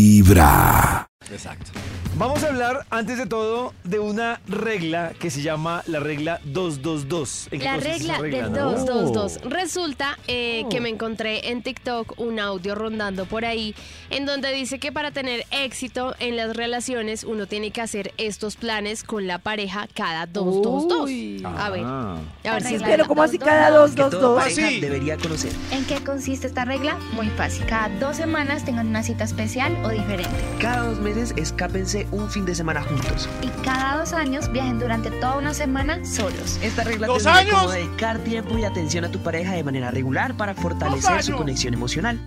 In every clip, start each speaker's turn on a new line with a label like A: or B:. A: Vibra.
B: Exacto.
C: Vamos a hablar, antes de todo, de una regla que se llama la regla 222. ¿En qué
D: La
C: consiste esa
D: regla del
C: no? Oh.
D: 222. Resulta eh, que me encontré en TikTok un audio rondando por ahí en donde dice que para tener éxito en las relaciones uno tiene que hacer estos planes con la pareja cada 222. A ver,
C: Ah.
D: a ver si es
E: Regla.
F: Pero
D: verdad.
F: como así cada dos, dos, dos.
B: pareja debería conocer.
E: ¿En qué consiste esta regla? Muy fácil. Cada dos semanas tengan una cita especial o diferente.
B: Cada dos meses escápense un fin de semana juntos.
E: Y cada dos años viajen durante toda una semana solos.
B: Esta regla
G: ¡Dos
B: te enseña
G: años!
B: cómo dedicar tiempo y atención a tu pareja de manera regular para fortalecer su conexión emocional.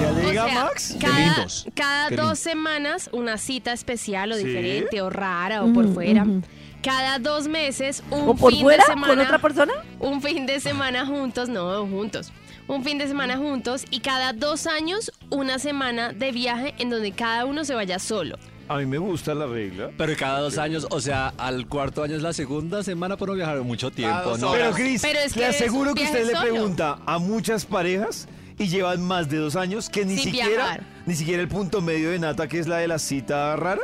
C: ¿Ya le
D: Ah. O
C: diga
D: sea,
C: Max?
D: Cada, cada dos semanas una cita especial o
C: Sí.
D: diferente o rara o por
F: Ujú,
D: fuera.
F: Mm, ujú.
D: Cada dos meses un
F: ¿O por
D: fin
F: fuera?
D: de semana.
F: ¿Con otra persona?
D: Un fin de semana juntos, no, juntos. Un fin de semana juntos y cada dos años una semana de viaje en donde cada uno se vaya solo.
C: A mí me gusta la regla.
H: Pero cada dos años, o sea, al cuarto año es la segunda semana por no viajar mucho tiempo,
G: dos
H: ¿no?
G: horas.
C: Pero Cris,
D: Pero es que
C: le
D: es
C: aseguro
D: un
C: que
D: viaje
C: usted le
D: solo.
C: pregunta a muchas parejas y llevan más de dos años que ni
D: Sin
C: siquiera
D: viajar.
C: ni siquiera el punto medio de Nata, que es la de la cita rara.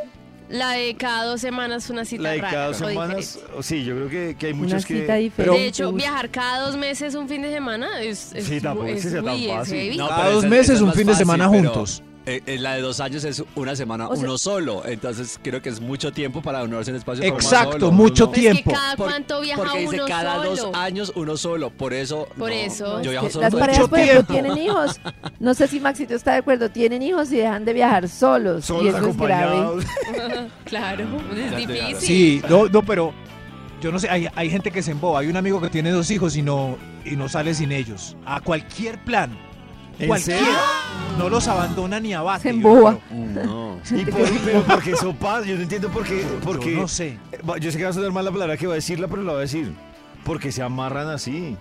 D: La de cada dos semanas una cita
C: la de
D: rara,
C: cada dos
D: o
C: semanas.
D: diferente.
C: Sí, yo creo que, que hay
F: Una
C: muchas
F: cita
C: que.
F: diferente.
D: de hecho,
F: Uy.
D: viajar cada dos meses un fin de semana es, es
C: Sí, tampoco es que sea tan
D: uy,
C: fácil.
D: heavy.
H: No,
G: Cada
H: pero
G: dos
H: esa-
G: meses
H: esa es
G: un
H: más
G: fin de semana
H: pero,
G: juntos.
H: eh, eh, la de dos años es una semana
F: O sea-
H: uno solo, entonces creo que es mucho tiempo para uno darse un espacio. para uno
G: Exacto,
H: solo.
G: mucho
D: Pero es que
G: tiempo.
D: cada
H: Por-
D: cuánto viaja
H: porque dice
D: uno
H: cada
D: solo.
H: dos años uno solo, por eso.
D: Por
H: no,
D: eso.
H: Yo
F: Es
H: viajo
F: que
H: solo.
F: las
H: todo el
F: parejas,
H: tiempo.
F: por ejemplo, tienen hijos. No sé si Maxito está de acuerdo. Tienen hijos y dejan de viajar solos.
C: Solos
F: y eso es grave.
C: acompañados.
D: Claro, es
H: te
D: difícil.
H: ganaron.
G: Sí, no, no, pero yo no sé, hay, hay gente que se emboba. Hay un amigo que tiene dos hijos y no, y no sale sin ellos. A cualquier plan.
C: ¿En
G: Cualquiera.
C: serio?
G: No los abandona ni abate.
F: Se
G: yo
F: emboba.
G: creo.
H: No.
C: Y por, pero porque eso pasa, yo no entiendo por qué. Porque,
G: Yo no sé.
C: Eh, Va, Yo sé que va a sonar mal la palabra que va a decirla, pero la voy a decir. Porque se amarran así.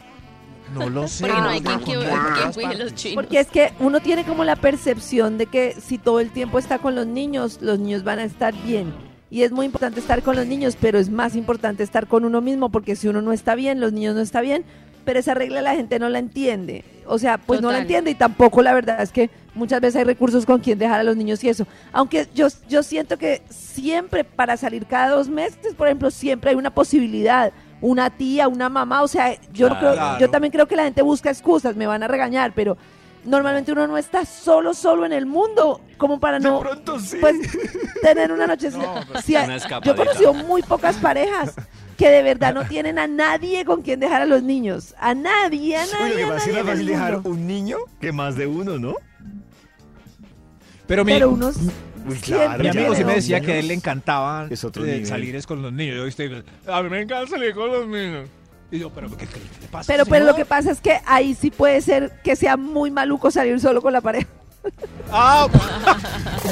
G: No lo sé.
D: Porque no hay
G: sé,
D: quien,
G: con
D: que-
G: todas
D: quien cuide los
G: partes.
D: chinos.
F: Porque es que uno tiene como la percepción de que si todo el tiempo está con los niños, los niños van a estar bien. Y es muy importante estar con los niños, pero es más importante estar con uno mismo, porque si uno no está bien, los niños no están bien. Pero esa regla la gente no la entiende. O sea, pues no la
D: Total.
F: entiende y tampoco la verdad es que muchas veces hay recursos con quien dejar a los niños y eso. Aunque yo, yo siento que siempre para salir cada dos meses, por ejemplo, siempre hay una posibilidad. Una tía, una mamá, o sea, yo, no creo-
G: Claro.
F: yo también creo que la gente busca excusas, me van a regañar, pero normalmente uno no está solo, solo en el mundo, como para no
C: Pronto sí.
F: pues tener una noche. Sí,
H: una
F: yo he
H: escapadita.
F: conocido muy pocas parejas que de verdad no tienen a nadie con quien dejar a los niños. A nadie, a
C: Uy, lo
F: nadie.
C: que
F: a
C: pasa es que es
F: nadie en
C: más fácil
F: el
C: dejar
F: mundo.
C: un niño que más de uno, ¿no?
G: Pero mi,
F: Pero unos.
C: Uy,
F: Siempre
G: Mi amigo
C: ya
G: sí
C: con
G: me
C: los
G: decía
C: niños.
G: que a él le encantaba
C: Es otro
G: eh,
C: nivel.
G: salir es con los niños. Yo ¿viste? a mí me encanta salir con los niños. Y yo, pero ¿qué, qué le pasa?
F: Pero, pero lo que
G: señor?
F: pasa es que ahí sí puede ser que sea muy maluco salir solo con la pareja.
G: Ah,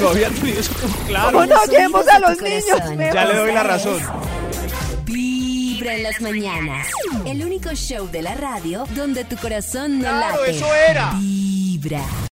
G: no había tenido eso como claro.
F: Como no llevemos a los niños.
G: Ya le
F: mejor.
G: doy la razón.
I: Vibra en las mañanas. El único show de la radio donde tu corazón no
G: Claro,
I: late.
G: eso era.
I: Vibra.